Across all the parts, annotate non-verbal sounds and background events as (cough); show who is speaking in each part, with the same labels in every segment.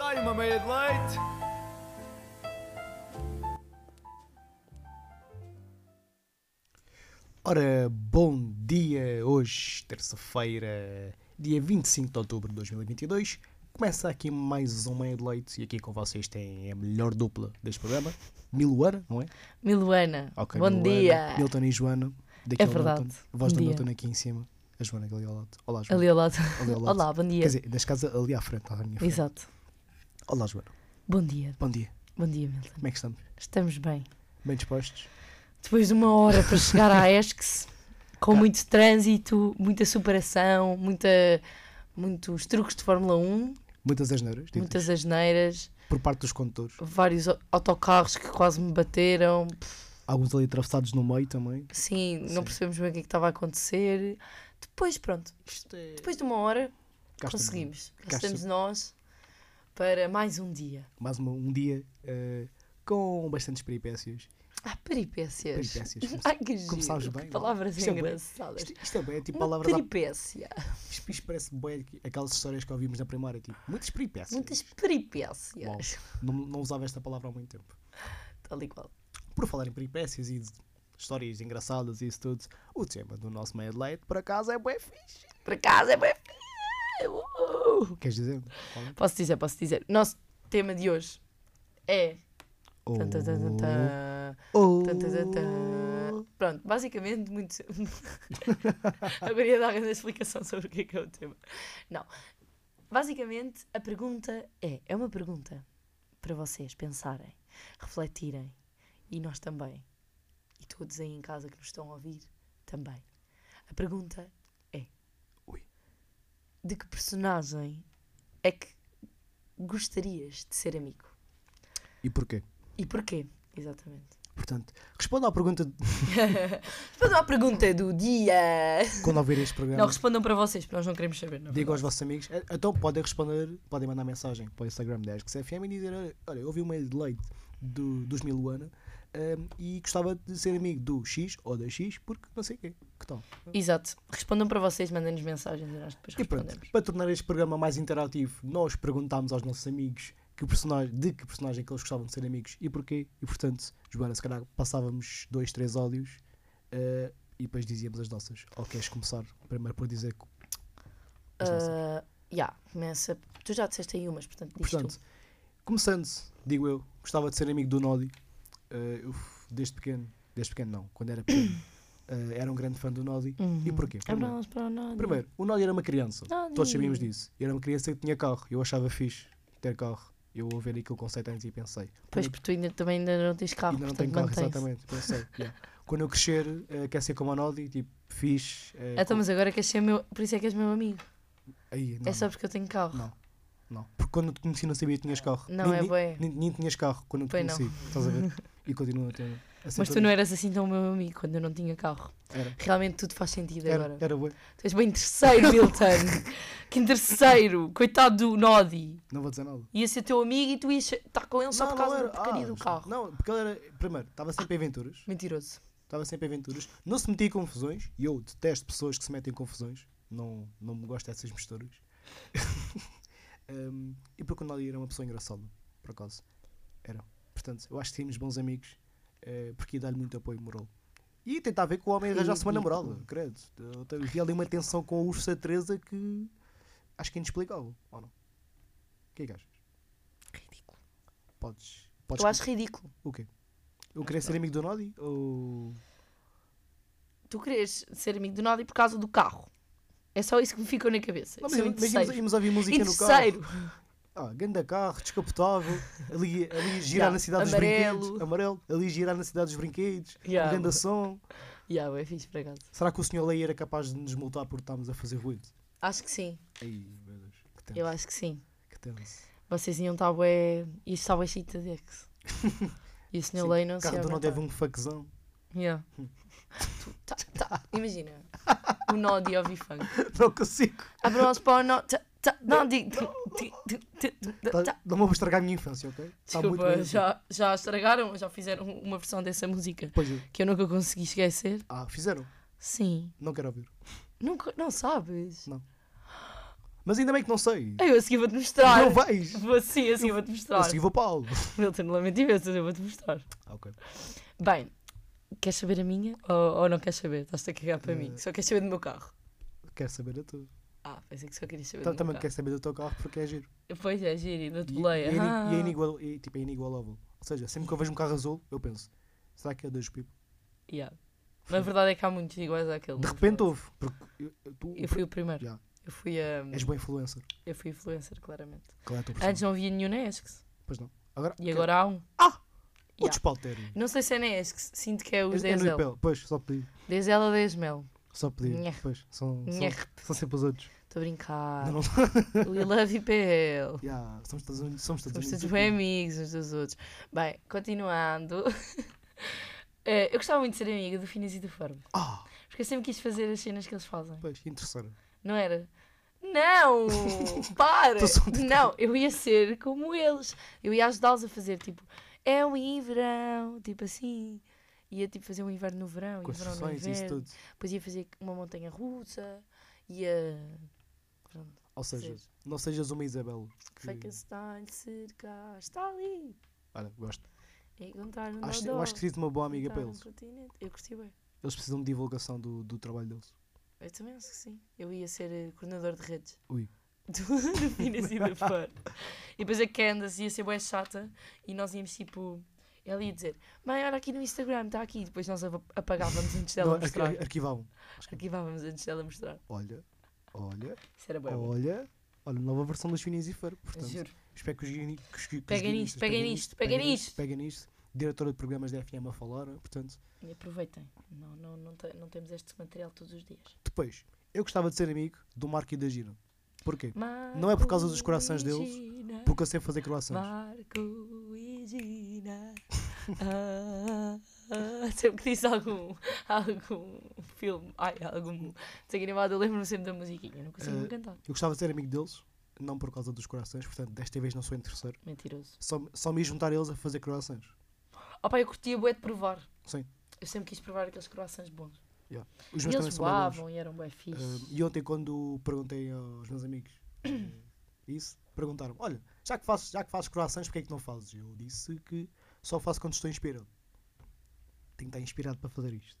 Speaker 1: I made it late.
Speaker 2: Ora, bom dia! Hoje, terça-feira, dia 25 de outubro de 2022, começa aqui mais um Meio de Leite e aqui com vocês tem a melhor dupla deste programa, Miluana, não é?
Speaker 3: Miluana,
Speaker 2: Ok,
Speaker 3: bom
Speaker 2: Miluana,
Speaker 3: dia.
Speaker 2: Milton e Joana, daqui
Speaker 3: É
Speaker 2: ao
Speaker 3: verdade,
Speaker 2: Milton, a voz
Speaker 3: bom
Speaker 2: do
Speaker 3: dia.
Speaker 2: Milton aqui em cima, a Joana ali ao lado. Olá, Joana.
Speaker 3: Ali ao lado.
Speaker 2: Ali ao lado.
Speaker 3: Olá, bom dia.
Speaker 2: Quer dizer, é das casas ali à frente, à minha frente.
Speaker 3: Exato.
Speaker 2: Olá, Joana.
Speaker 3: Bom dia.
Speaker 2: Bom dia.
Speaker 3: Bom dia, Milton.
Speaker 2: Como é que estamos?
Speaker 3: Estamos bem.
Speaker 2: Bem dispostos?
Speaker 3: Depois de uma hora para chegar à ESCS,
Speaker 2: (laughs)
Speaker 3: com muito trânsito, muita superação, muita, muitos truques de Fórmula 1,
Speaker 2: Muitas asneiras, digo,
Speaker 3: muitas asneiras,
Speaker 2: por parte dos condutores.
Speaker 3: vários au- autocarros que quase me bateram.
Speaker 2: Alguns ali atravessados no meio também.
Speaker 3: Sim, não
Speaker 2: Sim.
Speaker 3: percebemos bem o que, é que estava a acontecer. Depois, pronto,
Speaker 2: Isto é...
Speaker 3: depois de uma hora,
Speaker 2: Cá estamos.
Speaker 3: conseguimos.
Speaker 2: Cá
Speaker 3: Estamos nós para mais um dia.
Speaker 2: mais uma- um dia eh, com bastantes peripécias.
Speaker 3: Ah, peripécias.
Speaker 2: Peripécias, come-
Speaker 3: Ai, que giro.
Speaker 2: começámos
Speaker 3: que
Speaker 2: bem, não é?
Speaker 3: palavras
Speaker 2: Isto é bué-
Speaker 3: engraçadas.
Speaker 2: Isto, isto é bem, é tipo
Speaker 3: Uma
Speaker 2: palavra da...
Speaker 3: peripécia.
Speaker 2: Isto, isto parece bem aqu- aquelas histórias que ouvimos na primária, tipo, muitas peripécias.
Speaker 3: Muitas
Speaker 2: Uau,
Speaker 3: peripécias.
Speaker 2: não, não usava esta palavra há muito tempo.
Speaker 3: Tal e qual.
Speaker 2: Por falar em peripécias e de histórias engraçadas e isso tudo, o tema do nosso meio de leite, por acaso, é bué fixe.
Speaker 3: Para casa é bem fixe. Uh!
Speaker 2: Queres dizer? é? Fala.
Speaker 3: Posso dizer, posso dizer. Nosso tema de hoje é. Tan, tan, tan, tan, tan.
Speaker 2: Oh,
Speaker 3: Tan, tan, tan, tan. Pronto, basicamente, muito. sim- (laughs) Agora ia dar a explicação sobre o que é que é o tema. Não. Basicamente, a pergunta é: é uma pergunta para vocês pensarem, refletirem e nós também. E todos aí em casa que nos estão a ouvir também. A pergunta é:
Speaker 2: Ui.
Speaker 3: de que personagem é que gostarias de ser amigo?
Speaker 2: E porquê?
Speaker 3: E porquê? Exatamente.
Speaker 2: Portanto, responda à pergunta de-
Speaker 3: Respondam à pergunta do dia.
Speaker 2: quando ouvir
Speaker 3: (laughs)
Speaker 2: este programa.
Speaker 3: Não respondam para vocês, porque nós não queremos saber. Não
Speaker 2: É
Speaker 3: é
Speaker 2: Digo aos vossos amigos, eh, então podem responder, podem mandar mensagem para o Instagram da Esques FM e dizer: olha, olha, eu ouvi uma leite do, dos Miluana ehm, e gostava de ser amigo do X ou da X porque não sei o quê. Que tal?
Speaker 3: Exato. Respondam para vocês, mandem-nos mensagens e nós depois
Speaker 2: E pronto,
Speaker 3: respondemos.
Speaker 2: para tornar este programa mais interativo, nós perguntámos aos nossos amigos que personagem, de que personagem é que eles gostavam de ser amigos e porquê. E portanto, Joana, se calhar passávamos dois, três ódios eh, e depois dizíamos as nossas. Ou queres começar primeiro por dizer que. as nossas?
Speaker 3: Ah, já, começa. Tu já disseste aí umas, portanto, diz
Speaker 2: Portanto, começando, digo eu, gostava de ser amigo do Nodi. Eh, eu, f- desde pequeno, desde pequeno não, quando era pequeno, (coughs) eh, era um grande fã do Nodi.
Speaker 3: tu.
Speaker 2: E porquê?
Speaker 3: É
Speaker 2: Primeiro,
Speaker 3: nós para o Nodi.
Speaker 2: primeiro, o Nodi era uma criança.
Speaker 3: Nodi.
Speaker 2: Todos sabíamos disso. Era uma criança que tinha carro. Eu achava fixe ter carro. Eu ao ver aquele conceito antes e pensei.
Speaker 3: Pois,
Speaker 2: quando
Speaker 3: porque tu ainda, também ainda não tens
Speaker 2: eu,
Speaker 3: carro,
Speaker 2: ainda não
Speaker 3: portanto,
Speaker 2: tenho carro,
Speaker 3: mantém-se.
Speaker 2: exatamente. Pensei, yeah. Quando eu crescer, eh, quer ser como o Nodi, tipo, fixe. eh,
Speaker 3: Ah, então,
Speaker 2: com-
Speaker 3: mas agora queres ser meu. Por isso é que és meu amigo.
Speaker 2: Aí, não,
Speaker 3: é só
Speaker 2: não,
Speaker 3: porque eu tenho carro.
Speaker 2: Não. Não. Porque quando eu te conheci não sabia que tinhas carro.
Speaker 3: Não,
Speaker 2: nem,
Speaker 3: é
Speaker 2: nem-
Speaker 3: bué.
Speaker 2: Nem, nem tinhas carro quando eu te
Speaker 3: Pois não.
Speaker 2: conheci. Estás a ver? E continua a ter. a ser
Speaker 3: mas tu
Speaker 2: todo-
Speaker 3: não é- eras assim tão meu amigo quando eu não tinha carro.
Speaker 2: Era.
Speaker 3: Realmente tudo faz sentido agora.
Speaker 2: Era, era bué.
Speaker 3: Tu és bem terceiro,
Speaker 2: (laughs)
Speaker 3: Milton. que terceiro. Coitado do Nodi.
Speaker 2: Não vou dizer nada.
Speaker 3: Ia ser teu amigo e tu ias estar com ele só
Speaker 2: não,
Speaker 3: por causa
Speaker 2: não
Speaker 3: da
Speaker 2: era.
Speaker 3: porcaria
Speaker 2: Ah,
Speaker 3: do carro.
Speaker 2: Não, porque ele era. Primeiro, estava sempre em aventuras.
Speaker 3: Mentiroso.
Speaker 2: Estava sempre em aventuras. Não se metia em confusões. E eu detesto pessoas que se metem em confusões. Não, não me gosto dessas misturas. (laughs) Hum, e porque o Nodi era uma pessoa engraçada, por acaso. Era. Portanto, eu acho que tínhamos bons amigos. eh, porque ia dar-lhe muito apoio moral. E tentar ver que o homem arranjasse uma
Speaker 3: Ridículo.
Speaker 2: namorada, credo. Eu te- vi ali uma tensão com a Ursa Teresa que acho que é inexplicável, ou não? O que é que achas?
Speaker 3: Ridículo.
Speaker 2: Podes. podes
Speaker 3: Eu acho ridículo.
Speaker 2: O quê? Eu queria ser amigo do Nodi? Ou.
Speaker 3: Tu queres ser amigo do Nodi por causa do carro. É só isso que me ficou na cabeça.
Speaker 2: Não,
Speaker 3: Isso é um
Speaker 2: mas, mas íamos,
Speaker 3: terceiro.
Speaker 2: íamos ouvir música
Speaker 3: Em
Speaker 2: no carro.
Speaker 3: terceiro.
Speaker 2: Ah, ganda carro, descapotável, ali, ali girar
Speaker 3: (laughs) Já,
Speaker 2: na cidade
Speaker 3: amarelo.
Speaker 2: dos brinquedos, amarelo, ali girar na cidade dos brinquedos,
Speaker 3: Já.
Speaker 2: um ganda som.
Speaker 3: Ya, bué fixe, por acaso.
Speaker 2: Será que o senhor Lei era capaz de nos multar por estarmos a fazer ruído?
Speaker 3: Acho que sim.
Speaker 2: Ai, meu Deus, que tenso,
Speaker 3: Eu acho que sim.
Speaker 2: que tenso.
Speaker 3: Vocês iam estar bué... Isto estava a Chitadex. E o Sr.
Speaker 2: Sim,
Speaker 3: Lei não
Speaker 2: o
Speaker 3: se
Speaker 2: carro do não
Speaker 3: aguentava.
Speaker 2: deve um facão.
Speaker 3: Ya. Tu- tá- tá. Imagina. O Nodi a ouvir funk.
Speaker 2: (laughs) Não consigo.
Speaker 3: Abram os pau, não. tá- tá- Não, digo.
Speaker 2: Tá- Não me vou estragar a minha infância, ok? Está muito bem
Speaker 3: Desculpa,
Speaker 2: assim.
Speaker 3: já, já estragaram, já fizeram uma versão dessa música
Speaker 2: Pois é.
Speaker 3: que eu nunca consegui esquecer.
Speaker 2: Ah, fizeram?
Speaker 3: Sim.
Speaker 2: Não quero ouvir.
Speaker 3: Nunca, não sabes?
Speaker 2: Não. Mas ainda bem que não sei.
Speaker 3: Eu a seguir vou-te mostrar.
Speaker 2: Não vais.
Speaker 3: Vou sim, assim eu vou-te mostrar.
Speaker 2: A seguir vou para a aula. (laughs)
Speaker 3: Milton, lamento imenso, mas eu vou-te mostrar.
Speaker 2: Ah, ok.
Speaker 3: Bem, queres saber a minha ou, ou não queres saber? Estás-te a cagar para
Speaker 2: Eh.
Speaker 3: mim. Só queres saber do meu carro.
Speaker 2: Quero saber a tua.
Speaker 3: Ah, pensei que só querias saber
Speaker 2: Então,
Speaker 3: do meu
Speaker 2: também
Speaker 3: carro.
Speaker 2: quero saber do teu carro porque é giro.
Speaker 3: Pois é, giro, e dou-te
Speaker 2: E,
Speaker 3: boleia.
Speaker 2: e é ini- e é
Speaker 3: Ah.
Speaker 2: inigual, e, tipo, é inigualável. Ou seja, sempre que eu vejo um carro azul, eu penso, será que é dois pipo?
Speaker 3: Ah, Yeah. Mas a verdade é que há muitos iguais àquele.
Speaker 2: De
Speaker 3: mas
Speaker 2: repente
Speaker 3: pronto.
Speaker 2: houve. Porque eu, eu- tu
Speaker 3: é Eu fui o primeiro.
Speaker 2: Já.
Speaker 3: Eu fui a.
Speaker 2: és bom influencer.
Speaker 3: Eu fui influencer, claramente.
Speaker 2: Qual é a tua
Speaker 3: Antes
Speaker 2: personagem?
Speaker 3: não havia nenhum na ESCS.
Speaker 2: Pois não. Agora,
Speaker 3: E agora há um.
Speaker 2: O
Speaker 3: Yeah.
Speaker 2: despalteiro.
Speaker 3: Não sei se é na ESCS, sinto que é o
Speaker 2: É, é no
Speaker 3: 10L.
Speaker 2: IPL. Pois, só pedi.
Speaker 3: 10L ou 10ML.
Speaker 2: Só pedi.
Speaker 3: Nher.
Speaker 2: Pois, são, são,
Speaker 3: Estou
Speaker 2: são sempre os outros.
Speaker 3: a brincar.
Speaker 2: Não, não.
Speaker 3: (laughs) We love IPL.
Speaker 2: Ya, somos todos un- somos todos
Speaker 3: Somos
Speaker 2: unidos
Speaker 3: todos
Speaker 2: aqui. (laughs)
Speaker 3: bem amigos uns dos outros. Bem, continuando. (laughs) Eh, eu gostava muito de ser amiga do Finis e do Forma.
Speaker 2: Ah,
Speaker 3: Porque eu sempre quis fazer as cenas que eles fazem.
Speaker 2: pois, interessante.
Speaker 3: Não era?
Speaker 2: (laughs)
Speaker 3: Não! Para!
Speaker 2: Tô só a tentar.
Speaker 3: Não, eu ia ser como eles. Eu ia ajudá-los a fazer tipo, é um inverno, tipo assim. Ia tipo fazer um inverno no verão, e um verão no
Speaker 2: Construções e isso
Speaker 3: inverno.
Speaker 2: tudo.
Speaker 3: Depois ia fazer uma montanha russa, ia. Pronto,
Speaker 2: Ou seja,
Speaker 3: Seja.
Speaker 2: não sejas uma Isabel. que-
Speaker 3: Frankenstein cerca, está ali.
Speaker 2: Olha, gosto.
Speaker 3: Encontrar um
Speaker 2: Acho, eu acho que preciso de uma boa amiga para eles.
Speaker 3: Eu curti bem.
Speaker 2: Eles precisam de divulgação do, do trabalho deles.
Speaker 3: Eu também acho que sim. Eu ia ser eh, coordenador de redes.
Speaker 2: Ui.
Speaker 3: (laughs) Do, do
Speaker 2: (laughs)
Speaker 3: Finas e da Flor. E depois a Candace ia ser bué chata e nós íamos tipo. Ela ia dizer: Mãe, olha aqui no Instagram, está aqui. Depois nós ap- apagávamos antes
Speaker 2: Não, é
Speaker 3: dela
Speaker 2: arqui-
Speaker 3: mostrar.
Speaker 2: arquivavam.
Speaker 3: Arquivávamos antes dela mostrar.
Speaker 2: Olha, olha,
Speaker 3: Isso era bué bom.
Speaker 2: olha. Olha, nova versão dos Finis e Fer. Oh, Portanto,
Speaker 3: Juro.
Speaker 2: espero que os, guioni- que os, que os
Speaker 3: Peguem
Speaker 2: guionistas-
Speaker 3: nisto, peguem nisto, peguem nisto.
Speaker 2: Peguem nisto. Diretora de programas da FM a falar. Portanto,
Speaker 3: E aproveitem. Não, não, não, te- não temos este material todos os dias.
Speaker 2: depois, eu gostava de ser amigo do Marco e da Gira. Porquê? Não é por causa dos corações
Speaker 3: Marco e
Speaker 2: deles,
Speaker 3: Gina.
Speaker 2: Porque eu sei fazer croissants.
Speaker 3: Marco e Gina. (laughs) Ah, ah. (laughs) sempre que disse algum, algum filme, ai, algum desenho animado, eu lembro-me sempre da musiquinha. Não consigo
Speaker 2: Eh,
Speaker 3: cantar.
Speaker 2: Eu gostava de ser amigo deles, não por causa dos corações, portanto, desta vez não sou em terceiro.
Speaker 3: Mentiroso.
Speaker 2: Só, só me ia juntar a eles a fazer croissants.
Speaker 3: Opa, eu curtia bué de provar.
Speaker 2: Sim.
Speaker 3: Eu sempre quis provar aqueles croissants bons.
Speaker 2: Os
Speaker 3: E
Speaker 2: meus também
Speaker 3: eles
Speaker 2: são bem bons.
Speaker 3: voavam e eram bué fixe.
Speaker 2: Ah, e ontem, quando perguntei aos meus amigos eh, isso, perguntaram: Olha, já que fazes, já que fazes croissants, porquê é que não fazes? Eu disse que só faço quando estou inspirado. Tenho que estar inspirado para fazer isto.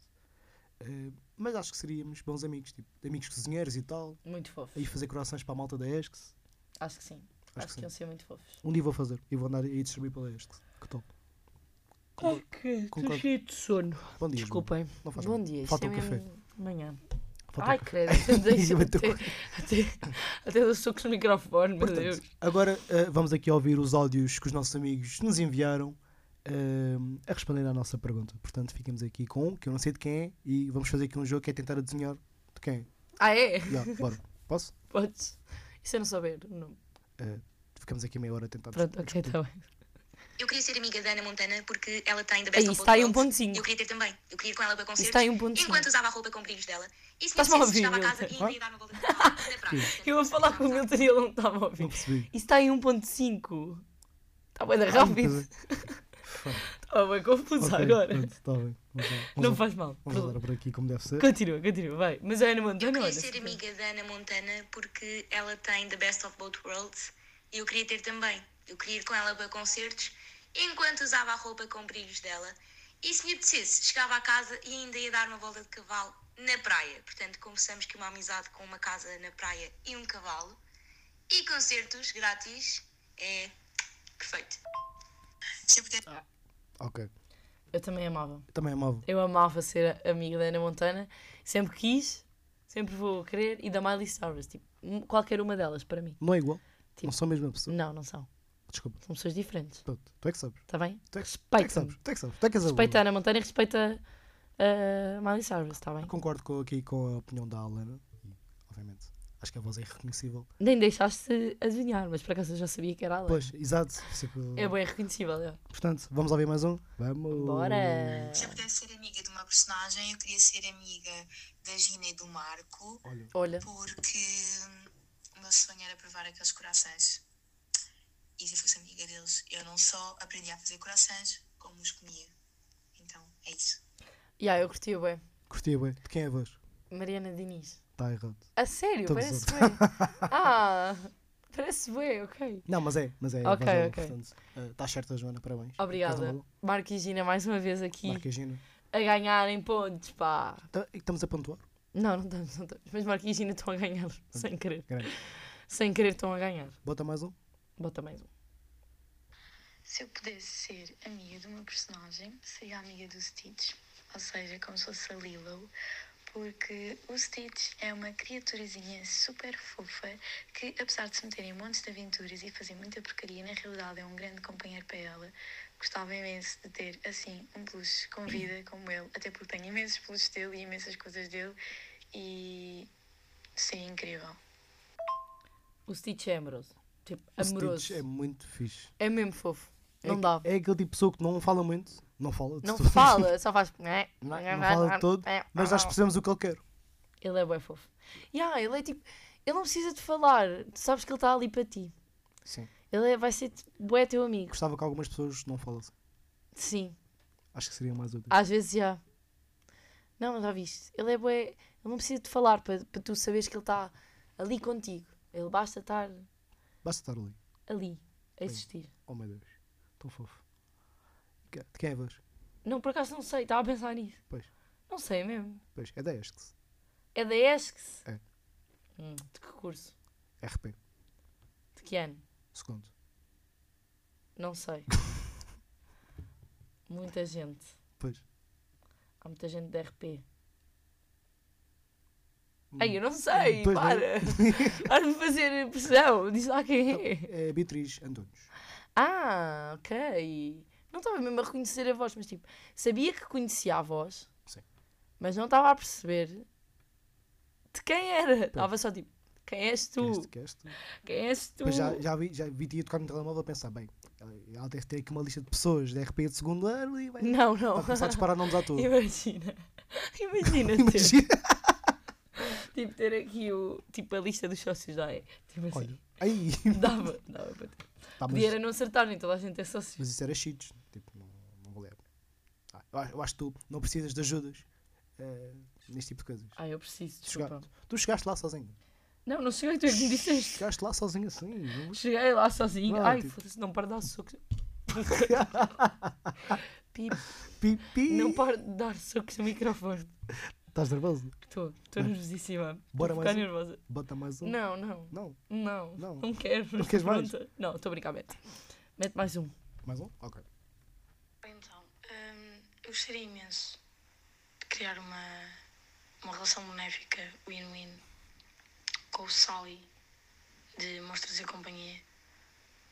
Speaker 2: Ah, mas acho que seríamos bons amigos, tipo, amigos cozinheiros e tal.
Speaker 3: Muito fofos.
Speaker 2: Aí fazer croissants para a malta da ESCS.
Speaker 3: Acho que sim. Acho,
Speaker 2: Acho
Speaker 3: que,
Speaker 2: que
Speaker 3: iam ser muito fofos.
Speaker 2: Um dia vou fazer e vou andar aí distribuir pela ESCS. Que top.
Speaker 3: Ok,
Speaker 2: Concordo.
Speaker 3: estou cheio de sono.
Speaker 2: Bom dia. João.
Speaker 3: Desculpem.
Speaker 2: Não faz
Speaker 3: Bom
Speaker 2: mal.
Speaker 3: dia,
Speaker 2: Falta
Speaker 3: isto
Speaker 2: um
Speaker 3: é
Speaker 2: café.
Speaker 3: mesmo amanhã.
Speaker 2: Falta um
Speaker 3: Ai,
Speaker 2: café.
Speaker 3: credo,
Speaker 2: (laughs)
Speaker 3: deixa
Speaker 2: Bateu
Speaker 3: até, até, até dou socos no microfone, meu
Speaker 2: Portanto,
Speaker 3: Deus.
Speaker 2: Agora eh, vamos aqui ouvir os áudios que os nossos amigos nos enviaram ehm, a responder à nossa pergunta. Portanto, ficamos aqui com um que eu não sei de quem é e vamos fazer aqui um jogo que é tentar adivinhar de quem é.
Speaker 3: Ah, é? (laughs)
Speaker 2: Já, bora. Posso?
Speaker 3: Podes. E se eu não souber? Não.
Speaker 2: Ficamos aqui meia hora a tentar.
Speaker 3: Pronto, ok, tá está bem.
Speaker 1: Eu queria ser amiga da Ana Montana porque ela está ainda
Speaker 3: Aí,
Speaker 1: bem
Speaker 3: isso está aí um pontinho.
Speaker 1: Eu queria ter também. Eu queria ir com ela para
Speaker 3: Isso
Speaker 1: concertos.
Speaker 3: está aí um pontinho.
Speaker 1: Enquanto usava a roupa com brilhos dela. E se me
Speaker 3: Estás-me a
Speaker 1: dissesse que
Speaker 3: ouvir,
Speaker 1: chegava a casa
Speaker 2: Milton?
Speaker 1: e ia dar
Speaker 3: (laughs)
Speaker 1: uma volta na praia.
Speaker 3: Eu a falar com o Milton e ele não estava a
Speaker 2: Não
Speaker 3: ouvir.
Speaker 2: percebi.
Speaker 3: Isso tá um está aí 1.5. Está bem
Speaker 2: Ah,
Speaker 3: Tá rápido. (laughs)
Speaker 2: Fuck.
Speaker 3: Está bem confuso
Speaker 2: Ok,
Speaker 3: agora.
Speaker 2: Pronto, está bem. Vamos, lá.
Speaker 3: Não
Speaker 2: vamos, lá.
Speaker 3: faz mal.
Speaker 2: vamos andar por aqui como deve ser.
Speaker 3: Continua, continua, vai. Mas é Ana
Speaker 1: Eu
Speaker 3: Montana,
Speaker 1: queria
Speaker 3: olha.
Speaker 1: ser amiga da Ana Montana porque ela tem The Best of Both Worlds. E eu queria ter também. Eu queria ir com ela para concertos enquanto usava a roupa com brilhos dela. E se me apetecesse, chegava a casa e ainda ia dar uma volta de cavalo na praia. Portanto, confessamos que uma amizade com uma casa na praia e um cavalo. E concertos grátis é perfeito. Se eu puder...
Speaker 2: Ok.
Speaker 3: Eu também amava.
Speaker 2: Também é amava.
Speaker 3: Eu amava ser a- amiga da Ana Montana. Sempre quis, sempre vou querer. E da Miley Cyrus, tipo, um- qualquer uma delas para mim.
Speaker 2: Não é igual.
Speaker 3: Tipo-
Speaker 2: Não sou a mesma pessoa.
Speaker 3: Não, não são.
Speaker 2: Desculpa.
Speaker 3: São pessoas diferentes.
Speaker 2: Pronto. Tu é que sabes.
Speaker 3: Está bem?
Speaker 2: Tu é que, tu é que
Speaker 3: Respeita-me.
Speaker 2: sabes. Tu é que sabes. Tu é que és a
Speaker 3: Respeita a Ana Montana e respeita a Miley Cyrus, está bem?
Speaker 2: Concordo com- aqui com a opinião da Alana. E, obviamente, acho que a voz é irreconhecível.
Speaker 3: Nem deixaste adivinhar, mas por acaso eu já sabia que era ela.
Speaker 2: Pois, exato. Tipo,
Speaker 3: É bem reconhecível, é.
Speaker 2: Portanto, vamos ouvir mais um? Vamos!
Speaker 3: Bora!
Speaker 1: Se eu pudesse ser amiga de uma personagem, eu queria ser amiga da Gina e do Marco.
Speaker 2: Olha,
Speaker 3: Olha,
Speaker 1: Porque hum, o meu sonho era provar aqueles corações. E se eu fosse amiga deles, eu não só aprendi a fazer corações, como os comia. Então, é isso.
Speaker 3: yeah, eu curti bem.
Speaker 2: curtia bem. De quem é a voz?
Speaker 3: Mariana Diniz.
Speaker 2: Está errado.
Speaker 3: A sério?
Speaker 2: Estamos
Speaker 3: parece
Speaker 2: (laughs)
Speaker 3: bem. Ah, parece bem, ok.
Speaker 2: Não, mas é, mas é.
Speaker 3: Ok,
Speaker 2: mas é,
Speaker 3: ok.
Speaker 2: Portanto, eh, está certa, Joana, parabéns. Estás a
Speaker 3: Obrigada.
Speaker 2: maluco?
Speaker 3: Marco e Gina mais uma vez aqui
Speaker 2: Marca, Gina.
Speaker 3: a ganharem pontos, pá.
Speaker 2: Tá- e Estamos a pontuar.
Speaker 3: Não, não estamos, não estamos. Mas Marco e Gina estão a ganhar, (laughs) sem querer.
Speaker 2: Grande.
Speaker 3: Sem querer estão a ganhar.
Speaker 2: Bota mais um.
Speaker 3: Bota mais um.
Speaker 4: Se eu pudesse ser amiga de uma personagem, seria amiga do Stitch, ou seja, como se fosse a Lilo, porque o Stitch é uma criaturazinha super fofa que, apesar de se meter em montes de aventuras e fazer muita porcaria, na realidade é um grande companheiro para ela. Gostava imenso de ter, assim, um peluche com vida como ele, até porque tenho imensos peluches dele e imensas coisas dele, e seria incrível.
Speaker 3: O Stitch é amoroso. Tipo,
Speaker 2: O Stitch
Speaker 3: amoroso.
Speaker 2: É muito fixe.
Speaker 3: É... mesmo fofo. Não
Speaker 2: é,
Speaker 3: dá.
Speaker 2: É aquele tipo de pessoa que é não fala muito. Não fala de
Speaker 3: Não
Speaker 2: tudo.
Speaker 3: fala, só faz.
Speaker 2: (laughs) Não, é? não fala de todo. Mas nós percebemos o que ele quer.
Speaker 3: Ele é bem fofo. Yeah, ele é tipo. Ele não precisa de falar. Tu sabes que ele está ali para ti.
Speaker 2: Sim.
Speaker 3: Ele é- vai ser bué teu amigo.
Speaker 2: Gostava que algumas pessoas não falassem.
Speaker 3: Sim.
Speaker 2: Acho que seria mais útil.
Speaker 3: Às vezes já. Não, mas já viste. Ele é bué. Ele não precisa de falar para, para tu saberes que ele está ali contigo. Ele basta estar
Speaker 2: Basta estar ali.
Speaker 3: ali, a existir.
Speaker 2: Oh meu Deus. Tão fofo. Que- De quem é a voz?
Speaker 3: Não, por acaso não sei. Estava a pensar nisso.
Speaker 2: Pois.
Speaker 3: Não sei mesmo.
Speaker 2: Pois. É da Estes.
Speaker 3: É da ESCS?
Speaker 2: É.
Speaker 3: Hum, de que curso?
Speaker 2: RP.
Speaker 3: De que ano?
Speaker 2: Segundo. (laughs)
Speaker 3: Não sei. Muita gente.
Speaker 2: Pois.
Speaker 3: Há muita gente de RP.
Speaker 2: Hum.
Speaker 3: Ei, eu não sei,
Speaker 2: Pois não. (laughs)
Speaker 3: para. Para de fazer pressão. Diz lá quem é.
Speaker 2: É Beatriz Antunes.
Speaker 3: Ah, ok. Não estava mesmo a reconhecer a voz, mas tipo, sabia que conhecia a voz,
Speaker 2: Sim.
Speaker 3: mas não estava a perceber de quem era. Estava só tipo, quem és
Speaker 2: Que é
Speaker 3: tu?
Speaker 2: este, que é este.
Speaker 3: Quem és tu?
Speaker 2: Pois já, já vi, já vi tia tocar no telemóvel a pensar, bem, ela, ela deve ter aqui uma lista de pessoas de RP de segundo ano e vai,
Speaker 3: Não, não.
Speaker 2: vai começar a disparar nomes à toa. (laughs)
Speaker 3: (laughs) Imagina. Imagina, ter,
Speaker 2: Imagina.
Speaker 3: tipo, ter aqui o, tipo, a lista dos sócios da AE. Tipo assim.
Speaker 2: Olha, aí,
Speaker 3: (laughs) Dava, dava para ter.
Speaker 2: tá, mas,
Speaker 3: Podia era não acertar, nem toda a gente é sócio.
Speaker 2: mas isso era cheats, tipo, não, não valia a pena. Ah, eu acho- eu acho que tu não precisas de ajudas eh, neste tipo de coisas.
Speaker 3: Ah, eu preciso,
Speaker 2: Tu, chega-
Speaker 3: desculpa.
Speaker 2: tu chegaste lá sozinho.
Speaker 3: Não, não cheguei, tu é que
Speaker 2: (laughs)
Speaker 3: me disseste.
Speaker 2: Chegaste lá sozinho assim. não-
Speaker 3: Cheguei lá sozinho.
Speaker 2: Não,
Speaker 3: Ai,
Speaker 2: tipo-
Speaker 3: foda-se, não para de
Speaker 2: (laughs)
Speaker 3: dar socos. Pip,
Speaker 2: Pipi.
Speaker 3: não para de dar socos no microfone.
Speaker 2: Estás nervoso?
Speaker 3: Estou, estou nervosíssima.
Speaker 2: Bora
Speaker 3: Bora ficar
Speaker 2: mais um?
Speaker 3: nervosa.
Speaker 2: Bota mais um.
Speaker 3: Não, não,
Speaker 2: Não.
Speaker 3: não,
Speaker 2: Não.
Speaker 3: não, quero.
Speaker 2: Não queres mais?
Speaker 3: Pronto. Não, estou a brincar, mete. Mete mais um.
Speaker 2: Mais um? Ok.
Speaker 4: Então, hum, eu gostaria imenso de criar uma, uma relação benéfica, win-win, com o Sally de Monstros e Companhia.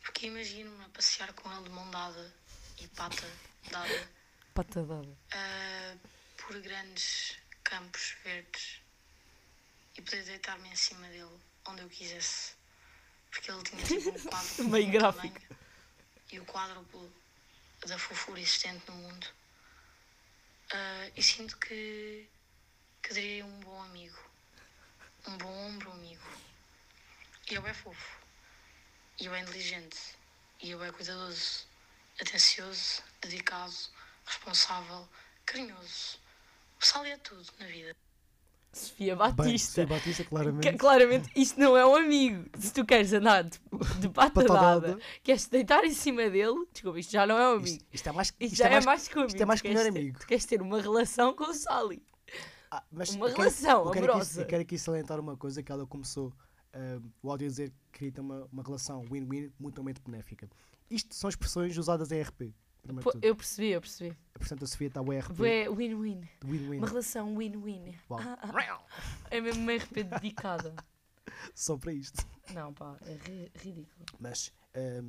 Speaker 4: Porque imagino-me a passear com ele de mão dada e pata dada
Speaker 3: Patadada.
Speaker 4: ah, por grandes campos verdes e poder deitar-me em cima dele onde eu quisesse. Porque ele tinha tipo um quadro
Speaker 3: (laughs) Meio
Speaker 4: muito
Speaker 3: gráfico.
Speaker 4: tamanho e o quádruplo da fofura existente no mundo. Ah, e sinto que, que daria um bom amigo, um bom ombro amigo. E ele é fofo, e ele é inteligente, e ele é cuidadoso, atencioso, dedicado, responsável, carinhoso. O Sal é tudo na vida.
Speaker 3: Sofia
Speaker 2: Bem,
Speaker 3: Batista.
Speaker 2: Sofia Batista, claramente.
Speaker 3: Que- claramente, isto não é um amigo. Se tu queres andar de,
Speaker 2: (laughs)
Speaker 3: de patadada,
Speaker 2: Patadada.
Speaker 3: queres te deitar em cima dele, desculpa, isto já não é um amigo.
Speaker 2: Isto, isto é mais.
Speaker 3: Isto,
Speaker 2: Isto
Speaker 3: já
Speaker 2: é mais.
Speaker 3: que um amigo.
Speaker 2: isto é mais
Speaker 3: tu
Speaker 2: que melhor
Speaker 3: queres ter-
Speaker 2: amigo.
Speaker 3: Tu queres ter uma relação com o Sally.
Speaker 2: Ah, mas
Speaker 3: Uma
Speaker 2: eu quero-
Speaker 3: relação
Speaker 2: eu quero aqui-
Speaker 3: amorosa.
Speaker 2: eu quero aqui salientar uma coisa que ela começou ah, o áudio a dizer que queria ter uma, uma relação win-win mutuamente benéfica. Isto são expressões usadas em RP. Primeiro
Speaker 3: Pô,
Speaker 2: de tudo.
Speaker 3: eu percebi, eu percebi.
Speaker 2: Portanto, a Sofia tá está o RP.
Speaker 3: É win-win.
Speaker 2: de Win-win.
Speaker 3: Uma Ah, relação win-win.
Speaker 2: Uau.
Speaker 3: É mesmo uma RP dedicada. ah.
Speaker 2: Só para isto.
Speaker 3: (laughs) Não, pá, é ri- ridículo.
Speaker 2: Mas ah,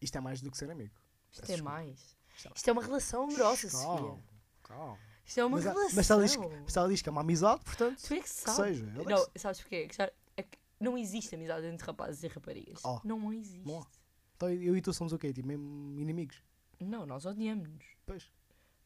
Speaker 2: isto é mais do que ser amigo.
Speaker 3: Isto é
Speaker 2: Desculpa.
Speaker 3: mais. Isto é uma relação amorosa,
Speaker 2: Calma,
Speaker 3: Sofia.
Speaker 2: calma.
Speaker 3: Isto é uma
Speaker 2: Mas, há-
Speaker 3: relação.
Speaker 2: mas se ela diz, que- se ela diz que é uma amizade, portanto.
Speaker 3: Tu é que sabes.
Speaker 2: seja, ela é que
Speaker 3: não,
Speaker 2: sabe.
Speaker 3: sabes porquê? É que já- é que não existe amizade entre rapazes e raparigas.
Speaker 2: Oh.
Speaker 3: Não existe.
Speaker 2: Bom. Então eu e tu somos o quê? Tipo, mesmo inimigos?
Speaker 3: Não, nós odiamos-nos.
Speaker 2: Pois.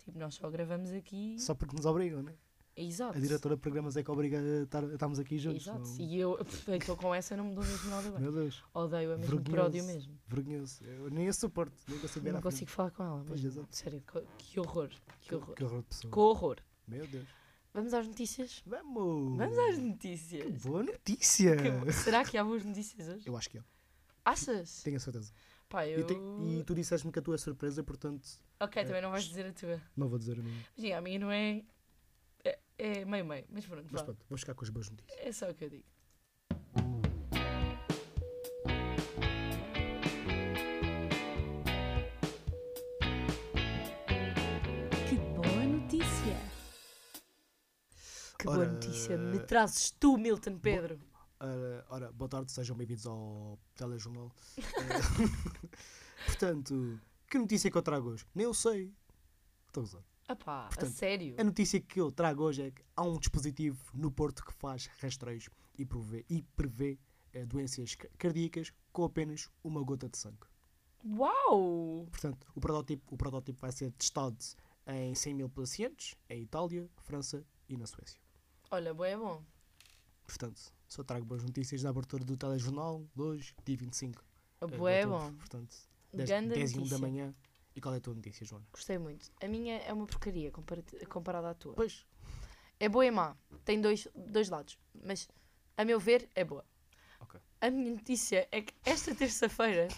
Speaker 3: Tipo, nós só gravamos aqui.
Speaker 2: Só porque nos obrigam, né?
Speaker 3: Exato.
Speaker 2: A diretora de programas é que obriga a estar- a estarmos aqui juntos.
Speaker 3: Exato.
Speaker 2: não-
Speaker 3: E eu, (laughs) então com essa não me dou mesmo nada bem.
Speaker 2: Meu Deus.
Speaker 3: Odeio a mesmo por
Speaker 2: Vergonhoso.
Speaker 3: ódio mesmo.
Speaker 2: Vergonhoso. Eu nem a suporto. Nem consigo
Speaker 3: Eu
Speaker 2: ver
Speaker 3: não
Speaker 2: à frente.
Speaker 3: consigo falar com ela.
Speaker 2: Pois,
Speaker 3: mesmo.
Speaker 2: exato.
Speaker 3: Sério, co- que horror. Que horror.
Speaker 2: Que horror de pessoa.
Speaker 3: Que horror.
Speaker 2: Meu Deus.
Speaker 3: Vamos às notícias?
Speaker 2: Vamos!
Speaker 3: Vamos às
Speaker 2: Que
Speaker 3: notícias.
Speaker 2: boa notícia!
Speaker 3: Que bo- Será que há boas notícias hoje?
Speaker 2: Eu acho que é.
Speaker 3: Achas?
Speaker 2: Tenho a certeza.
Speaker 3: Pá, eu.
Speaker 2: E, te- e tu disseste-me que a tua é surpresa, portanto,
Speaker 3: Ok, também não vais dizer a tua.
Speaker 2: não vou dizer a minha.
Speaker 3: Mas, sim, a minha não é. É- É meio-meio, mas pronto,
Speaker 2: Mas
Speaker 3: vá.
Speaker 2: pronto, vamos ficar com as boas notícias.
Speaker 3: É só o que eu digo. Que boa notícia! Que boa
Speaker 2: Ora,
Speaker 3: notícia me trazes tu, Milton Pedro.
Speaker 2: Ora, Ah, ora, boa tarde, sejam bem-vindos ao telejornal. Eh, portanto, que notícia que eu trago hoje? Nem eu sei. Estou a gozar.
Speaker 3: Ah pá, a
Speaker 2: portanto,
Speaker 3: sério?
Speaker 2: A notícia que eu trago hoje é que há um dispositivo no Porto que faz rastreios e prevê, e prevê eh, doenças ca- cardíacas com apenas uma gota de sangue.
Speaker 3: Uau!
Speaker 2: Portanto, o protótipo, o protótipo vai ser testado em 100 mil pacientes em Itália, França e na Suécia.
Speaker 3: Olha, bom é bom.
Speaker 2: Portanto, só trago boas notícias na abertura do telejornal de hoje, dia 25. eh, de
Speaker 3: Bom é
Speaker 2: outubro.
Speaker 3: bom.
Speaker 2: Portanto, 10,
Speaker 3: Ganda
Speaker 2: 10 e 1 da
Speaker 3: notícia.
Speaker 2: manhã. E qual é a tua notícia, Joana?
Speaker 3: Gostei muito. A minha é uma porcaria comparati- comparada à tua.
Speaker 2: Pois,
Speaker 3: É boa e má. Tem dois, dois lados. Mas, a meu ver, é boa.
Speaker 2: Ok.
Speaker 3: A minha notícia é que esta terça-feira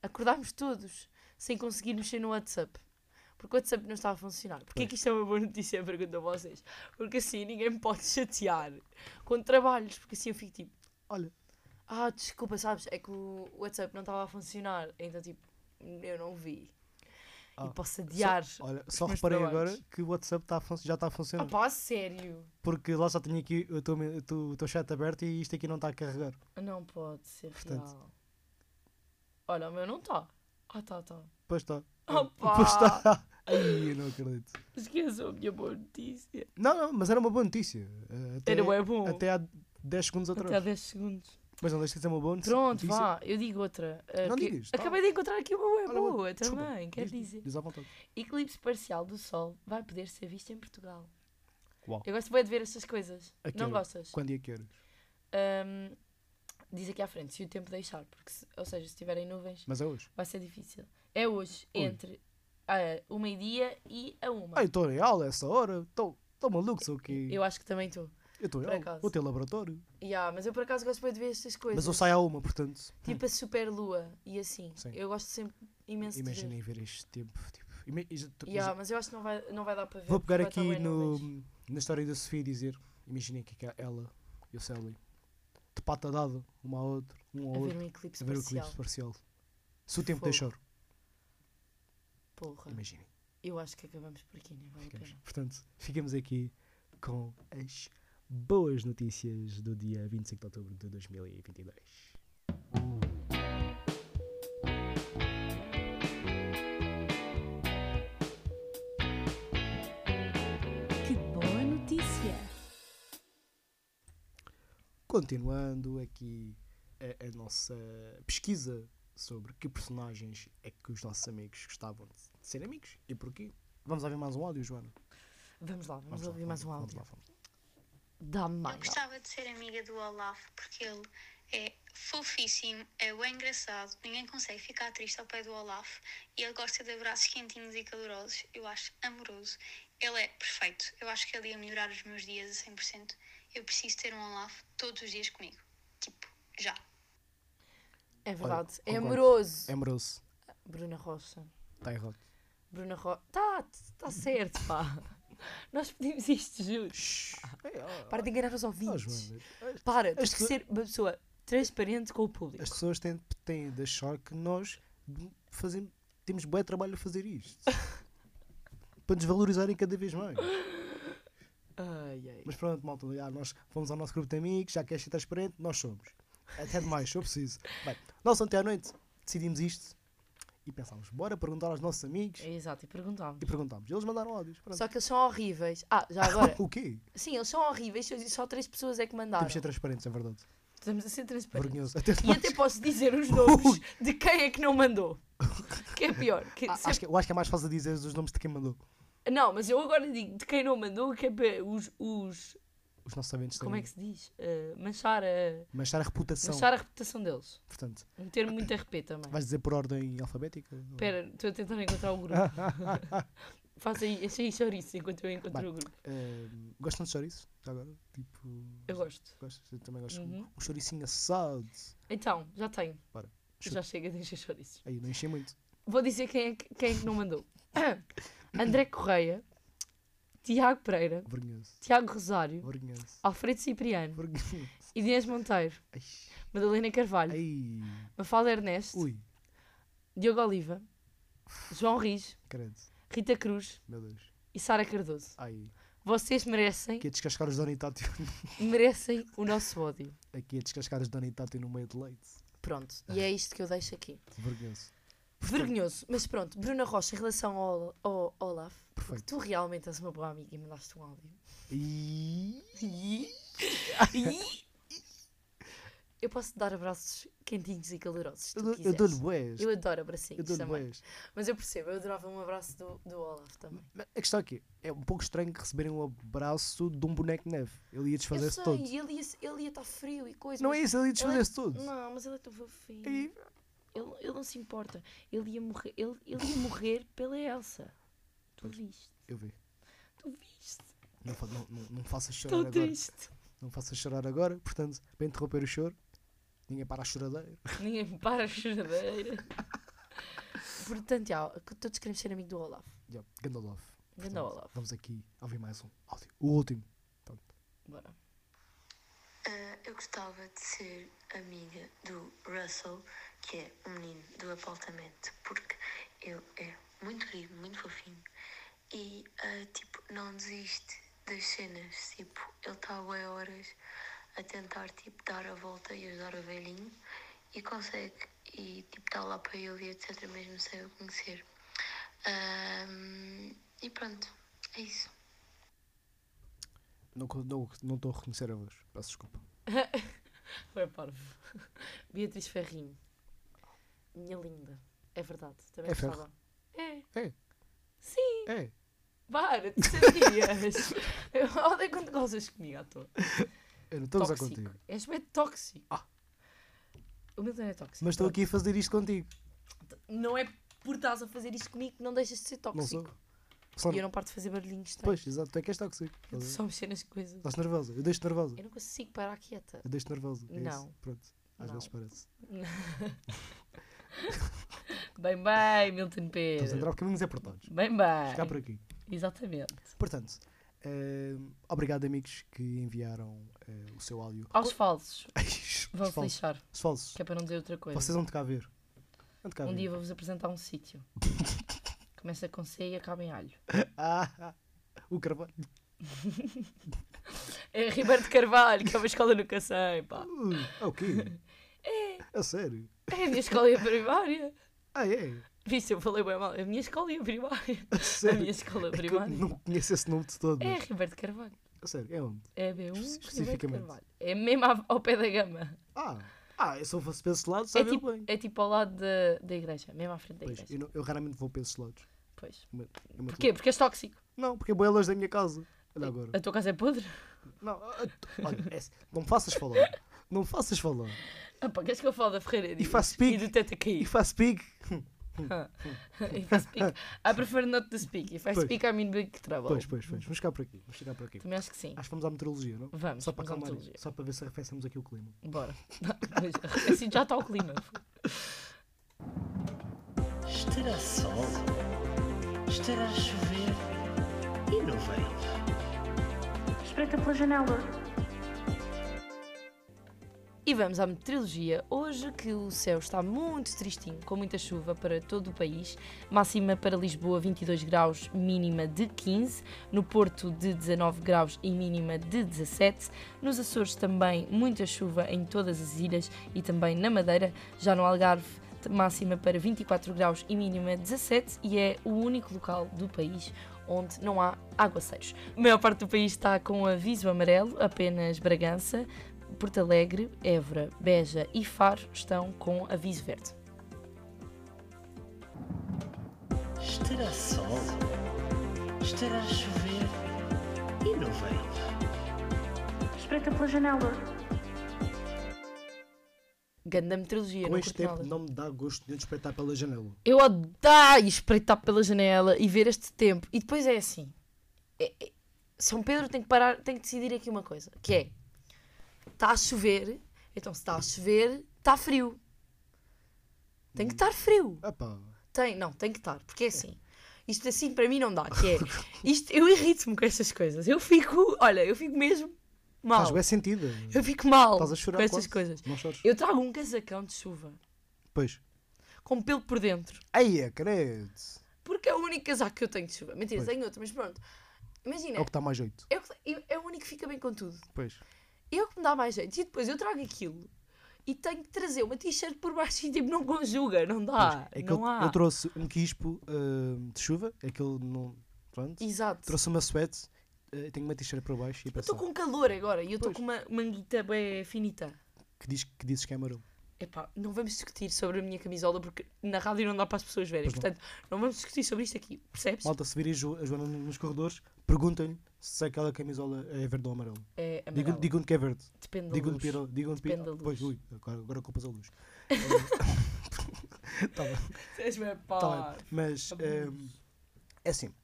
Speaker 3: acordámos todos sem conseguir mexer no WhatsApp. Porque o WhatsApp não estava a funcionar. Porquê é que isto é uma boa notícia? (laughs) Pergunto a vocês. Porque assim ninguém me pode chatear com trabalhos. Porque assim eu fico tipo,
Speaker 2: olha,
Speaker 3: ah, desculpa, sabes? É que o WhatsApp não estava a funcionar. Então, tipo, eu não vi.
Speaker 2: Ah,
Speaker 3: e posso adiar.
Speaker 2: só, olha, só
Speaker 3: meus
Speaker 2: reparei
Speaker 3: trabalhos.
Speaker 2: agora que o WhatsApp tá a fun- já está a
Speaker 3: Ah,
Speaker 2: funcionar.
Speaker 3: pá, a sério.
Speaker 2: Porque lá só tenho aqui o teu, me- o teu- o teu chat aberto e isto aqui não está a carregar.
Speaker 3: Não pode ser
Speaker 2: Portanto-
Speaker 3: real. Olha, o meu não está. Ah, tá, tá.
Speaker 2: Pois está.
Speaker 3: Opa!
Speaker 2: Pois está. (laughs) Ai, eu não acredito.
Speaker 3: Esqueçam a minha boa notícia.
Speaker 2: Não, não, mas era uma boa notícia. Eh, Até,
Speaker 3: Era bué bom.
Speaker 2: Até há 10 segundos atrás.
Speaker 3: Até há 10 segundos.
Speaker 2: Mas não deixa de ser uma boa notícia.
Speaker 3: Pronto,
Speaker 2: notícia.
Speaker 3: vá, eu digo outra. Ah,
Speaker 2: Não
Speaker 3: que-
Speaker 2: digas, tá.
Speaker 3: Acabei de encontrar aqui uma boa
Speaker 2: Olha,
Speaker 3: boa
Speaker 2: desculpa,
Speaker 3: também, quero
Speaker 2: diz-
Speaker 3: dizer.
Speaker 2: Diz à vontade.
Speaker 3: Eclipse parcial do Sol vai poder ser visto em Portugal.
Speaker 2: Uau.
Speaker 3: Eu gosto bem de ver estas coisas.
Speaker 2: A que
Speaker 3: Não
Speaker 2: hora?
Speaker 3: gostas?
Speaker 2: Quando e a que horas?
Speaker 3: Ahm, diz aqui à frente, se o tempo deixar, porque se- ou seja, se tiverem nuvens,
Speaker 2: Mas é hoje.
Speaker 3: vai ser difícil. É hoje,
Speaker 2: Ui.
Speaker 3: entre ah, o meio-dia e a uma.
Speaker 2: Ah, eu estou em aula a essa hora. Estou maluco, sou o quê?
Speaker 3: Eu acho que também estou.
Speaker 2: Eu estou em
Speaker 3: por
Speaker 2: aula.
Speaker 3: acaso.
Speaker 2: Vou ter laboratório.
Speaker 3: Yeah, mas eu por acaso gosto bem de ver estas coisas.
Speaker 2: Mas eu saio à uma, portanto.
Speaker 3: Tipo a super lua e assim.
Speaker 2: Sim.
Speaker 3: Eu gosto sempre imenso de
Speaker 2: Imaginei ver este tempo. Tipo, ima- is- tu-
Speaker 3: ver.
Speaker 2: is-
Speaker 3: Yeah, mas eu acho que não vai, não vai dar para ver.
Speaker 2: Vou
Speaker 3: porque
Speaker 2: pegar
Speaker 3: vai estar
Speaker 2: aqui
Speaker 3: bué
Speaker 2: no,
Speaker 3: nuvens.
Speaker 2: na história da Sofia e dizer: Imaginei que cá ela e o Sally de pata dada, uma à outra, um ao
Speaker 3: A ver
Speaker 2: outro,
Speaker 3: um eclipse
Speaker 2: a ver o
Speaker 3: parcial.
Speaker 2: eclipse parcial. Se o tempo
Speaker 3: Fogo.
Speaker 2: deixar,
Speaker 3: Porra.
Speaker 2: imaginem.
Speaker 3: Eu acho que acabamos por aqui, não vale a
Speaker 2: Ficamos.
Speaker 3: pena.
Speaker 2: Portanto, ficamos aqui com as boas notícias do dia 25 de outubro de 2022.
Speaker 3: Que boa notícia!
Speaker 2: Continuando aqui a, a nossa pesquisa sobre que personagens é que os nossos amigos gostavam de ser amigos e porquê. Vamos ouvir mais um áudio, Joana?
Speaker 3: Vamos lá, vamos,
Speaker 2: lá,
Speaker 3: ouvir mais um
Speaker 2: vamos
Speaker 3: áudio.
Speaker 2: lá, vamos lá.
Speaker 3: Dá-me
Speaker 4: Eu
Speaker 3: mais.
Speaker 4: gostava de ser amiga do Olaf porque ele é fofíssimo, é bem engraçado, ninguém consegue ficar triste ao pé do Olaf e ele gosta de abraços quentinhos e calorosos, eu acho amoroso. Ele é perfeito, eu acho que ele ia melhorar os meus dias a 100%. Eu preciso ter um Olaf todos os dias comigo, tipo, já.
Speaker 3: É verdade. é
Speaker 2: concordo.
Speaker 3: amoroso.
Speaker 2: É amoroso.
Speaker 3: Bruna Rocha.
Speaker 2: Está tá errado.
Speaker 3: Bruna Rocha. Tá, tá certo, pá. (laughs) Nós pedimos isto, juro.
Speaker 2: Ei, ó,
Speaker 3: Para de enganar os
Speaker 2: ó,
Speaker 3: ouvintes.
Speaker 2: Ah, Joana,
Speaker 3: Para,
Speaker 2: As
Speaker 3: tens que
Speaker 2: pessoas-
Speaker 3: ser uma pessoa transparente com o público.
Speaker 2: as pessoas têm, têm de achar que nós fazemos, temos bom trabalho a fazer
Speaker 3: (laughs)
Speaker 2: isto. para nos valorizarem cada vez mais.
Speaker 3: Ai, ai.
Speaker 2: Mas pronto, malta, já, nós fomos ao nosso grupo de amigos, já queres ser transparente, nós somos. Até demais, eu preciso. Bem, nós ontem à noite decidimos isto e pensámos, bora perguntar aos nossos amigos
Speaker 3: É Exato, e perguntámos.
Speaker 2: e perguntámos. Eles mandaram áudios. Pronto.
Speaker 3: Só que eles são horríveis. Ah,
Speaker 2: (laughs)
Speaker 3: já agora.
Speaker 2: o quê?
Speaker 3: Sim, eles são horríveis só- só três pessoas é que mandaram.
Speaker 2: Temos de ser transparentes, é verdade.
Speaker 3: Estamos a ser transparentes.
Speaker 2: Vergonhoso. (laughs) Até
Speaker 3: E até posso dizer os nomes de quem é que não
Speaker 2: (laughs)
Speaker 3: mandou. Que é pior. que
Speaker 2: Ah,
Speaker 3: se- é-
Speaker 2: acho que, eu acho que é mais fácil dizer os nomes de quem mandou.
Speaker 3: Não, mas eu agora digo de quem não mandou, que é para os. os
Speaker 2: Os nossos amigos
Speaker 3: como é
Speaker 2: também.
Speaker 3: que se diz? Ah, manchar, a,
Speaker 2: Manchar a reputação.
Speaker 3: manchar a reputação deles.
Speaker 2: Portanto,
Speaker 3: Um termo muito RP também.
Speaker 2: vais dizer por ordem alfabética? (laughs)
Speaker 3: Espera, estou a tentar encontrar o grupo. Faça aí, achei chouriço enquanto eu encontro
Speaker 2: Bem.
Speaker 3: o grupo.
Speaker 2: Ahm, gostam de chouriço? Já agora? Tipo.
Speaker 3: Eu gosto.
Speaker 2: Gostas? Eu também gosto.
Speaker 3: Uhum.
Speaker 2: Um chouricinho assado.
Speaker 3: Então, já tenho.
Speaker 2: Bora.
Speaker 3: Já chega de encher chouriços.
Speaker 2: Aí, não enchi muito.
Speaker 3: Vou dizer quem é, que- quem é que não mandou. (coughs) André Correia, Tiago Pereira,
Speaker 2: Vergonhoso.
Speaker 3: Tiago Rosário,
Speaker 2: Vergonhoso.
Speaker 3: Alfredo Cipriano,
Speaker 2: Vergonhoso.
Speaker 3: Inês Monteiro,
Speaker 2: Ai.
Speaker 3: Madalena Carvalho,
Speaker 2: Ai.
Speaker 3: Mafalda Ernesto,
Speaker 2: Ui,
Speaker 3: Diogo Oliva, João Riz,
Speaker 2: credo.
Speaker 3: Rita Cruz
Speaker 2: Meu Deus.
Speaker 3: e Sara Cardoso.
Speaker 2: Ai.
Speaker 3: Vocês merecem,
Speaker 2: Aqui a descascar os Dona Tátio.
Speaker 3: merecem o nosso ódio.
Speaker 2: (laughs) Aqui a descascar os Dona Tátio no meio de leite.
Speaker 3: Pronto, e é isto que eu deixo aqui.
Speaker 2: Vergonhoso.
Speaker 3: Vergonhoso, mas pronto, Bruna Rocha, em relação ao, ao Olaf, porque
Speaker 2: Perfeito.
Speaker 3: tu realmente és uma boa amiga e mandaste um áudio.
Speaker 2: E...
Speaker 3: Eu posso te dar abraços quentinhos e calorosos. se tu
Speaker 2: Eu, dou- eu
Speaker 3: quiseres.
Speaker 2: dou-lhe boés.
Speaker 3: Eu adoro
Speaker 2: Eu
Speaker 3: abracinhos
Speaker 2: dou-lhe
Speaker 3: também.
Speaker 2: boés.
Speaker 3: Mas eu percebo, eu adorava um abraço do, do Olaf também.
Speaker 2: Mas A questão aqui é um pouco estranho que receberem um abraço de um boneco de neve. Ele ia
Speaker 3: eu
Speaker 2: desfazer-se
Speaker 3: sei,
Speaker 2: todo.
Speaker 3: ele ia ele ia estar frio e coisa.
Speaker 2: Não é
Speaker 3: mas-
Speaker 2: isso, ele ia
Speaker 3: Ele é-
Speaker 2: desfazer-se todo.
Speaker 3: Não, mas ele é tão fofinho.
Speaker 2: E-
Speaker 3: Ele, ele não se importa. Ele ia morrer, ele, ele ia morrer pela Elsa. Tu
Speaker 2: Pois.
Speaker 3: viste,
Speaker 2: Eu vi.
Speaker 3: tu viste.
Speaker 2: Não, fa- não, não, não faças chorar
Speaker 3: Tão
Speaker 2: agora.
Speaker 3: triste.
Speaker 2: Não faças chorar agora. Portanto, para interromper o choro, ninguém para a choradeira.
Speaker 3: Ninguém me para a
Speaker 2: (laughs)
Speaker 3: choradeira. Portanto, já, que todos queremos ser amigo do Olaf.
Speaker 2: Yeah, Gandalf.
Speaker 3: Ganda Olaf.
Speaker 2: Vamos aqui a ouvir mais um áudio. O último.
Speaker 3: Bora.
Speaker 4: Ah, eu gostava de ser amiga do Russell, que é um menino do apartamento, porque ele é muito querido, muito fofinho e, ah, tipo, não desiste das cenas. Tipo, ele está a horas a tentar, tipo, dar a volta e ajudar o velhinho e consegue. E, tipo, está lá para ele e etc. mesmo sem o conhecer. Ahm, e pronto, é isso.
Speaker 2: Não estou não, não estou a reconhecer a voz. Peço desculpa.
Speaker 3: Foi parvo. (laughs) Beatriz Ferrinho. Minha linda. É verdade. Também
Speaker 2: É
Speaker 3: gostava. É.
Speaker 2: É,
Speaker 3: Sim,
Speaker 2: é.
Speaker 3: para, tu sabias. (laughs) Eu odeio quando gozas comigo à toa.
Speaker 2: Eu não estou a gozar
Speaker 3: Tóxico.
Speaker 2: Então contigo.
Speaker 3: És bem tóxico.
Speaker 2: Ah.
Speaker 3: O meu não é tóxico.
Speaker 2: Mas estou aqui a fazer isto contigo.
Speaker 3: Pronto. Não é por estás a fazer isto comigo que não deixas de ser
Speaker 2: Não sou.
Speaker 3: tóxico.
Speaker 2: Só
Speaker 3: E eu não parto de fazer barulhinhos. estranhos.
Speaker 2: Pois, exato. Tu é que és tóxico.
Speaker 3: Eu
Speaker 2: Estás a ver?
Speaker 3: Só mexer nas coisas.
Speaker 2: Estás nervosa. Eu deixo-te nervosa.
Speaker 3: Eu não consigo parar quieta.
Speaker 2: Eu deixo-te nervosa. É
Speaker 3: Não.
Speaker 2: Isso. Pronto. Às
Speaker 3: Não.
Speaker 2: vezes parece.
Speaker 3: Bem, bem, Milton
Speaker 2: Estamos a entrar
Speaker 3: Pedro.
Speaker 2: é por caminhos apertados.
Speaker 3: Bem,
Speaker 2: Ficar por
Speaker 3: É. bem.
Speaker 2: aqui.
Speaker 3: Exatamente.
Speaker 2: Portanto, eh, obrigado, amigos, que enviaram eh, o seu áudio. (laughs)
Speaker 3: Aos falsos.
Speaker 2: Os
Speaker 3: Vão-se
Speaker 2: falsos.
Speaker 3: lixar.
Speaker 2: Os falsos.
Speaker 3: Que é para não dizer outra coisa.
Speaker 2: Vocês vão de cá ver. Vão de cá
Speaker 3: Um
Speaker 2: ver.
Speaker 3: dia vou-vos apresentar um sítio. (laughs) Começa com C e acaba em alho.
Speaker 2: Ah, ah, o carvalho.
Speaker 3: (laughs) É Ribeiro de Carvalho, que é uma escola no Cacém, pá.
Speaker 2: Uh, é o quê? É. sério?
Speaker 3: É a minha escola e a primária.
Speaker 2: Ah, é?
Speaker 3: Viste, eu falei bem mal. É a minha escola e a primária. (laughs)
Speaker 2: A (laughs)
Speaker 3: A
Speaker 2: sério?
Speaker 3: minha escola
Speaker 2: É que eu
Speaker 3: primária.
Speaker 2: não conheço esse nome de todo.
Speaker 3: É
Speaker 2: mas-
Speaker 3: Ribeiro de Carvalho.
Speaker 2: A sério, é onde?
Speaker 3: É B1, Ribeiro de
Speaker 2: Especificamente.
Speaker 3: Carvalho. É mesmo ao- ao pé da gama.
Speaker 2: Ah, ah eu só fosse para esse lado,
Speaker 3: É
Speaker 2: sabe eu
Speaker 3: tipo,
Speaker 2: bem.
Speaker 3: é tipo ao lado da, da igreja. Mesmo à frente da
Speaker 2: Pois, eu,
Speaker 3: igreja.
Speaker 2: não- eu raramente vou para esses lados.
Speaker 3: Pois.
Speaker 2: É muito- é muito
Speaker 3: Porquê? Porque és tóxico.
Speaker 2: louco. Não, porque é boa longe da minha casa. Olha agora.
Speaker 3: A tua casa é podre? (laughs)
Speaker 2: Não, a- a- olha, é- não me faças falar. Não me faças falar.
Speaker 3: Ah, pá, queres que eu fale da Ferreira
Speaker 2: E faço
Speaker 3: E
Speaker 2: pique.
Speaker 3: do Teta
Speaker 2: E
Speaker 3: Cair?
Speaker 2: faço pique.
Speaker 3: (laughs) If I speak, I prefer not to speak. If I
Speaker 2: Pois.
Speaker 3: speak, I'm in big trouble.
Speaker 2: Pois, pois, pois. Vamos ficar por aqui. Vamos ficar por aqui.
Speaker 3: Também acho que sim.
Speaker 2: Acho que vamos à meteorologia, não?
Speaker 3: Vamos,
Speaker 2: Só para
Speaker 3: vamos à
Speaker 2: acalmar,
Speaker 3: meteorologia.
Speaker 2: só para ver se arrefecemos aqui o clima.
Speaker 3: Bora. (laughs) Pois, assim já está o clima.
Speaker 5: Estará sol? Estará a chover? E não vejo.
Speaker 6: Espreita pela janela.
Speaker 3: E vamos à meteorologia. Hoje que o céu está muito tristinho, com muita chuva para todo o país. Máxima para Lisboa 22 graus, mínima de 15. No Porto de 19 graus e mínima de 17. Nos Açores também muita chuva em todas as ilhas e também na Madeira. Já no Algarve máxima para 24 graus e mínima 17 e é o único local do país onde não há aguaceiros. A maior parte do país está com aviso amarelo, apenas Bragança, Porto Alegre, Évora, Beja e Faro estão com aviso verde.
Speaker 5: Estará sol? Estará a chover? E não vejo.
Speaker 6: Espreita pela janela.
Speaker 3: Ganda trilogia,
Speaker 2: Com
Speaker 3: não
Speaker 2: este
Speaker 3: curto
Speaker 2: tempo
Speaker 3: nada.
Speaker 2: não me dá gosto nenhum de espreitar pela janela.
Speaker 3: Eu odeio espreitar pela janela e ver este tempo. E depois é assim. É- é- São Pedro tem que parar, tem que decidir aqui uma coisa, que é está a chover, então se está a chover, está frio. Tem que estar frio.
Speaker 2: Ah pá,
Speaker 3: Tem, não, tem que estar, porque é assim. Isto assim para mim não dá, que
Speaker 2: (laughs)
Speaker 3: é. Isto, eu irrito-me com estas coisas. Eu fico, olha, eu fico mesmo mal.
Speaker 2: estás bem sentida.
Speaker 3: Eu fico mal
Speaker 2: Estás a chorar
Speaker 3: com estas
Speaker 2: quase.
Speaker 3: coisas.
Speaker 2: Não chores.
Speaker 3: Eu trago um casacão de chuva,
Speaker 2: Pois.
Speaker 3: com pelo por dentro.
Speaker 2: Aí é, credo.
Speaker 3: Porque é o único casaco que eu tenho de chuva. Mentira,
Speaker 2: Pois.
Speaker 3: tenho outro, mas pronto. Imagina,
Speaker 2: É o que está mais jeito.
Speaker 3: é o, que- é o único que fica bem com tudo.
Speaker 2: Pois.
Speaker 3: É o que me dá mais jeito. E depois eu trago aquilo e tenho que trazer uma t-shirt por baixo e tipo, não conjuga, não dá.
Speaker 2: É que
Speaker 3: Ah, não
Speaker 2: eu,
Speaker 3: há.
Speaker 2: eu trouxe um quispo ah, de chuva, aquele não. Pronto.
Speaker 3: Exato.
Speaker 2: Trouxe uma sweat, ah, tenho uma t-shirt para baixo e
Speaker 3: Eu
Speaker 2: para
Speaker 3: estou
Speaker 2: cima.
Speaker 3: com calor agora e eu estou
Speaker 2: Pois.
Speaker 3: com uma manguita bem finita.
Speaker 2: Que, diz, que dizes que é amarelo.
Speaker 3: Epá, não vamos discutir sobre a minha camisola porque na rádio não dá para as pessoas verem.
Speaker 2: Pois não.
Speaker 3: Portanto, não vamos discutir sobre isto aqui, percebes?
Speaker 2: Malta, se virem a Jo- a Joana no- nos corredores, perguntem-lhe se aquela camisola é verde ou amarelo.
Speaker 3: É
Speaker 2: Digam-
Speaker 3: amarelo.
Speaker 2: Digam-lhe que é verde.
Speaker 3: Depende da
Speaker 2: Digam-lhe
Speaker 3: luz.
Speaker 2: piro. Digam-lhe piro.
Speaker 3: Depende da luz.
Speaker 2: Pois, ui, agora, agora culpas a luz. tá bem.
Speaker 3: (laughs) És bem
Speaker 2: Tá
Speaker 3: pá.
Speaker 2: bem, mas
Speaker 3: Abuso.
Speaker 2: ehm, é assim.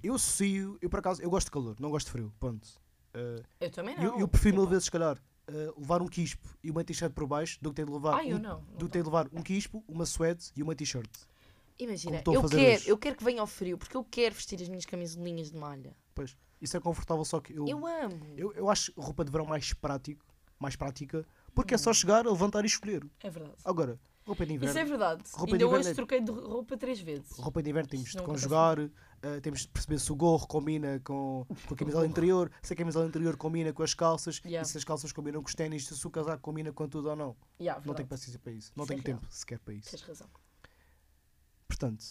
Speaker 2: Eu associo, eu por acaso, eu gosto de calor, não gosto de frio, ponto. Eh,
Speaker 3: Eu também não. é
Speaker 2: eu, eu prefiro mil
Speaker 3: Epá.
Speaker 2: vezes, se calhar, eh, levar um quispo e uma t-shirt por baixo do que ter de levar,
Speaker 3: Ah, eu
Speaker 2: um,
Speaker 3: não, não
Speaker 2: do que ter de levar um quispo, uma sweat e uma t-shirt. como
Speaker 3: Imagina,
Speaker 2: estou a
Speaker 3: eu
Speaker 2: fazer
Speaker 3: quero,
Speaker 2: hoje.
Speaker 3: eu quero que venha ao frio, porque eu quero vestir as minhas camisolinhas de malha.
Speaker 2: Pois, isso é confortável, só que eu,
Speaker 3: Eu
Speaker 2: eu,
Speaker 3: amo.
Speaker 2: eu, acho roupa de verão mais prático, mais prática, porque é só chegar, levantar e escolher.
Speaker 3: É verdade.
Speaker 2: Agora, roupa de
Speaker 3: Uhum. Isso é
Speaker 2: Ah, inverno,
Speaker 3: verdade.
Speaker 2: Roupa de
Speaker 3: Ainda hoje
Speaker 2: inverno é-
Speaker 3: troquei de roupa três vezes.
Speaker 2: roupa de inverno temos
Speaker 3: Isso
Speaker 2: de
Speaker 3: não acontece
Speaker 2: conjugar, eh, temos de perceber se o gorro combina com, com a camisola interior, se a camisola interior combina com as calças
Speaker 3: Yeah.
Speaker 2: e se as calças combinam com os ténis, se o casaco combina com tudo ou não.
Speaker 3: Yeah,
Speaker 2: Não
Speaker 3: verdade.
Speaker 2: tenho paciência para isso. Não
Speaker 3: Isso é
Speaker 2: tenho
Speaker 3: real.
Speaker 2: tempo sequer para isso.
Speaker 3: Tens razão.
Speaker 2: Portanto,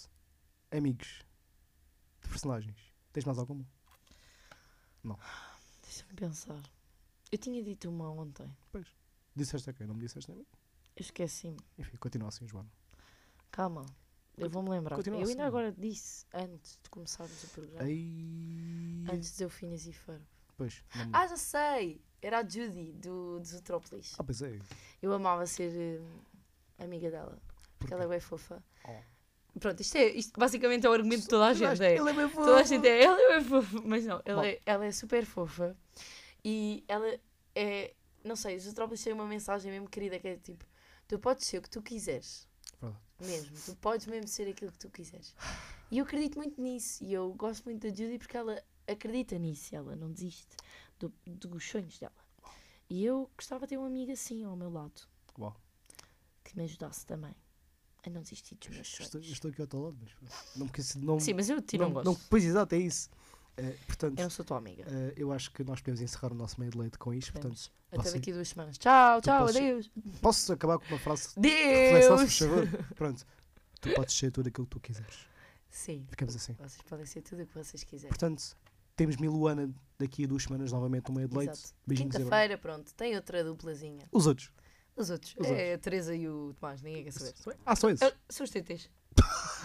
Speaker 2: amigos de personagens, tens mais alguma?
Speaker 3: Deixa-me pensar. Eu tinha dito uma ontem.
Speaker 2: Pois. Disseste a quem? Não me disseste a mim?
Speaker 3: Eu esqueci-me.
Speaker 2: Enfim, continua assim, Joana.
Speaker 3: Calma. Eu vou-me lembrar.
Speaker 2: Continua
Speaker 3: eu
Speaker 2: assim.
Speaker 3: ainda agora disse, antes de começarmos o programa.
Speaker 2: Aí.
Speaker 3: Antes de eu finas e ferro.
Speaker 2: Pois. Não me...
Speaker 3: Ah, já sei! Era a Judy, do, dos Utrópolis.
Speaker 2: ah, pois é.
Speaker 3: Eu amava ser hum, amiga dela. Porque ela é bem fofa. Pronto, isto é isto basicamente é o argumento de toda a gente. É.
Speaker 2: Ele é bem
Speaker 3: Toda a
Speaker 2: fofo.
Speaker 3: gente é, ela é bem fofa, mas não,
Speaker 2: Bom.
Speaker 3: ela é, ela é super fofa e ela é, não sei, os Utrópolis têm uma mensagem mesmo querida que é tipo: tu podes ser o que tu quiseres,
Speaker 2: Verdade.
Speaker 3: mesmo, tu podes mesmo ser aquilo que tu quiseres. E eu acredito muito nisso e eu gosto muito da Judy porque ela acredita nisso, ela não desiste do- dos sonhos dela. E eu gostava de ter um amigo assim ao meu lado
Speaker 2: Uau.
Speaker 3: que me ajudasse também a não desistir dos meus
Speaker 2: Estou,
Speaker 3: sonhos.
Speaker 2: estou aqui ao teu lado, mas pronto. não me quis- é um não,
Speaker 3: Sim, mas eu de ti não, gosto.
Speaker 2: Pois exato, é isso. Eh, portanto,
Speaker 3: Eu não sou tua amiga.
Speaker 2: eh, eu acho que nós podemos encerrar o nosso meio de leite com isto. Portanto,
Speaker 3: Podemos. Até
Speaker 2: você-
Speaker 3: daqui a duas semanas. Tchau, tchau,
Speaker 2: posso-
Speaker 3: adeus.
Speaker 2: posso acabar com uma frase de reflexão, se faz
Speaker 3: Deus! (laughs)
Speaker 2: favor? Pronto. Tu podes ser tudo aquilo que tu quiseres.
Speaker 3: Sim,
Speaker 2: Ficamos assim.
Speaker 3: vocês podem ser tudo o que vocês quiserem.
Speaker 2: Portanto, temos Miluana daqui a duas semanas novamente no meio de leite.
Speaker 3: Exato.
Speaker 2: Beijinhos e abraços.
Speaker 3: Quinta-feira, pronto, tem outra duplazinha.
Speaker 2: Os outros.
Speaker 3: Os outros.
Speaker 2: Os
Speaker 3: é a Teresa e o Tomás, ninguém quer saber.
Speaker 2: Ah, só esses.
Speaker 3: Ah, são os TTs. (laughs)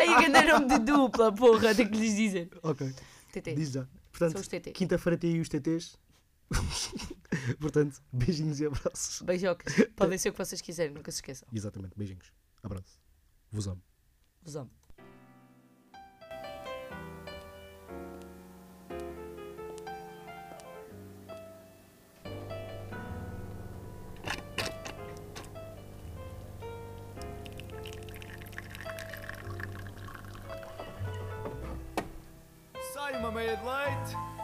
Speaker 3: Aí ganharam de dupla, porra, tenho que lhes dizer.
Speaker 2: Ok,
Speaker 3: TTs.
Speaker 2: diz já.
Speaker 3: São
Speaker 2: Portanto,
Speaker 3: os TTs.
Speaker 2: quinta-feira tem aí os TTs. (laughs) Portanto, beijinhos e abraços.
Speaker 3: Beijocas. Podem ser o que vocês quiserem, nunca se esqueçam.
Speaker 2: Exatamente, beijinhos. Abraço. Vos amo.
Speaker 3: Vos amo.
Speaker 7: Sai uma meia de leite.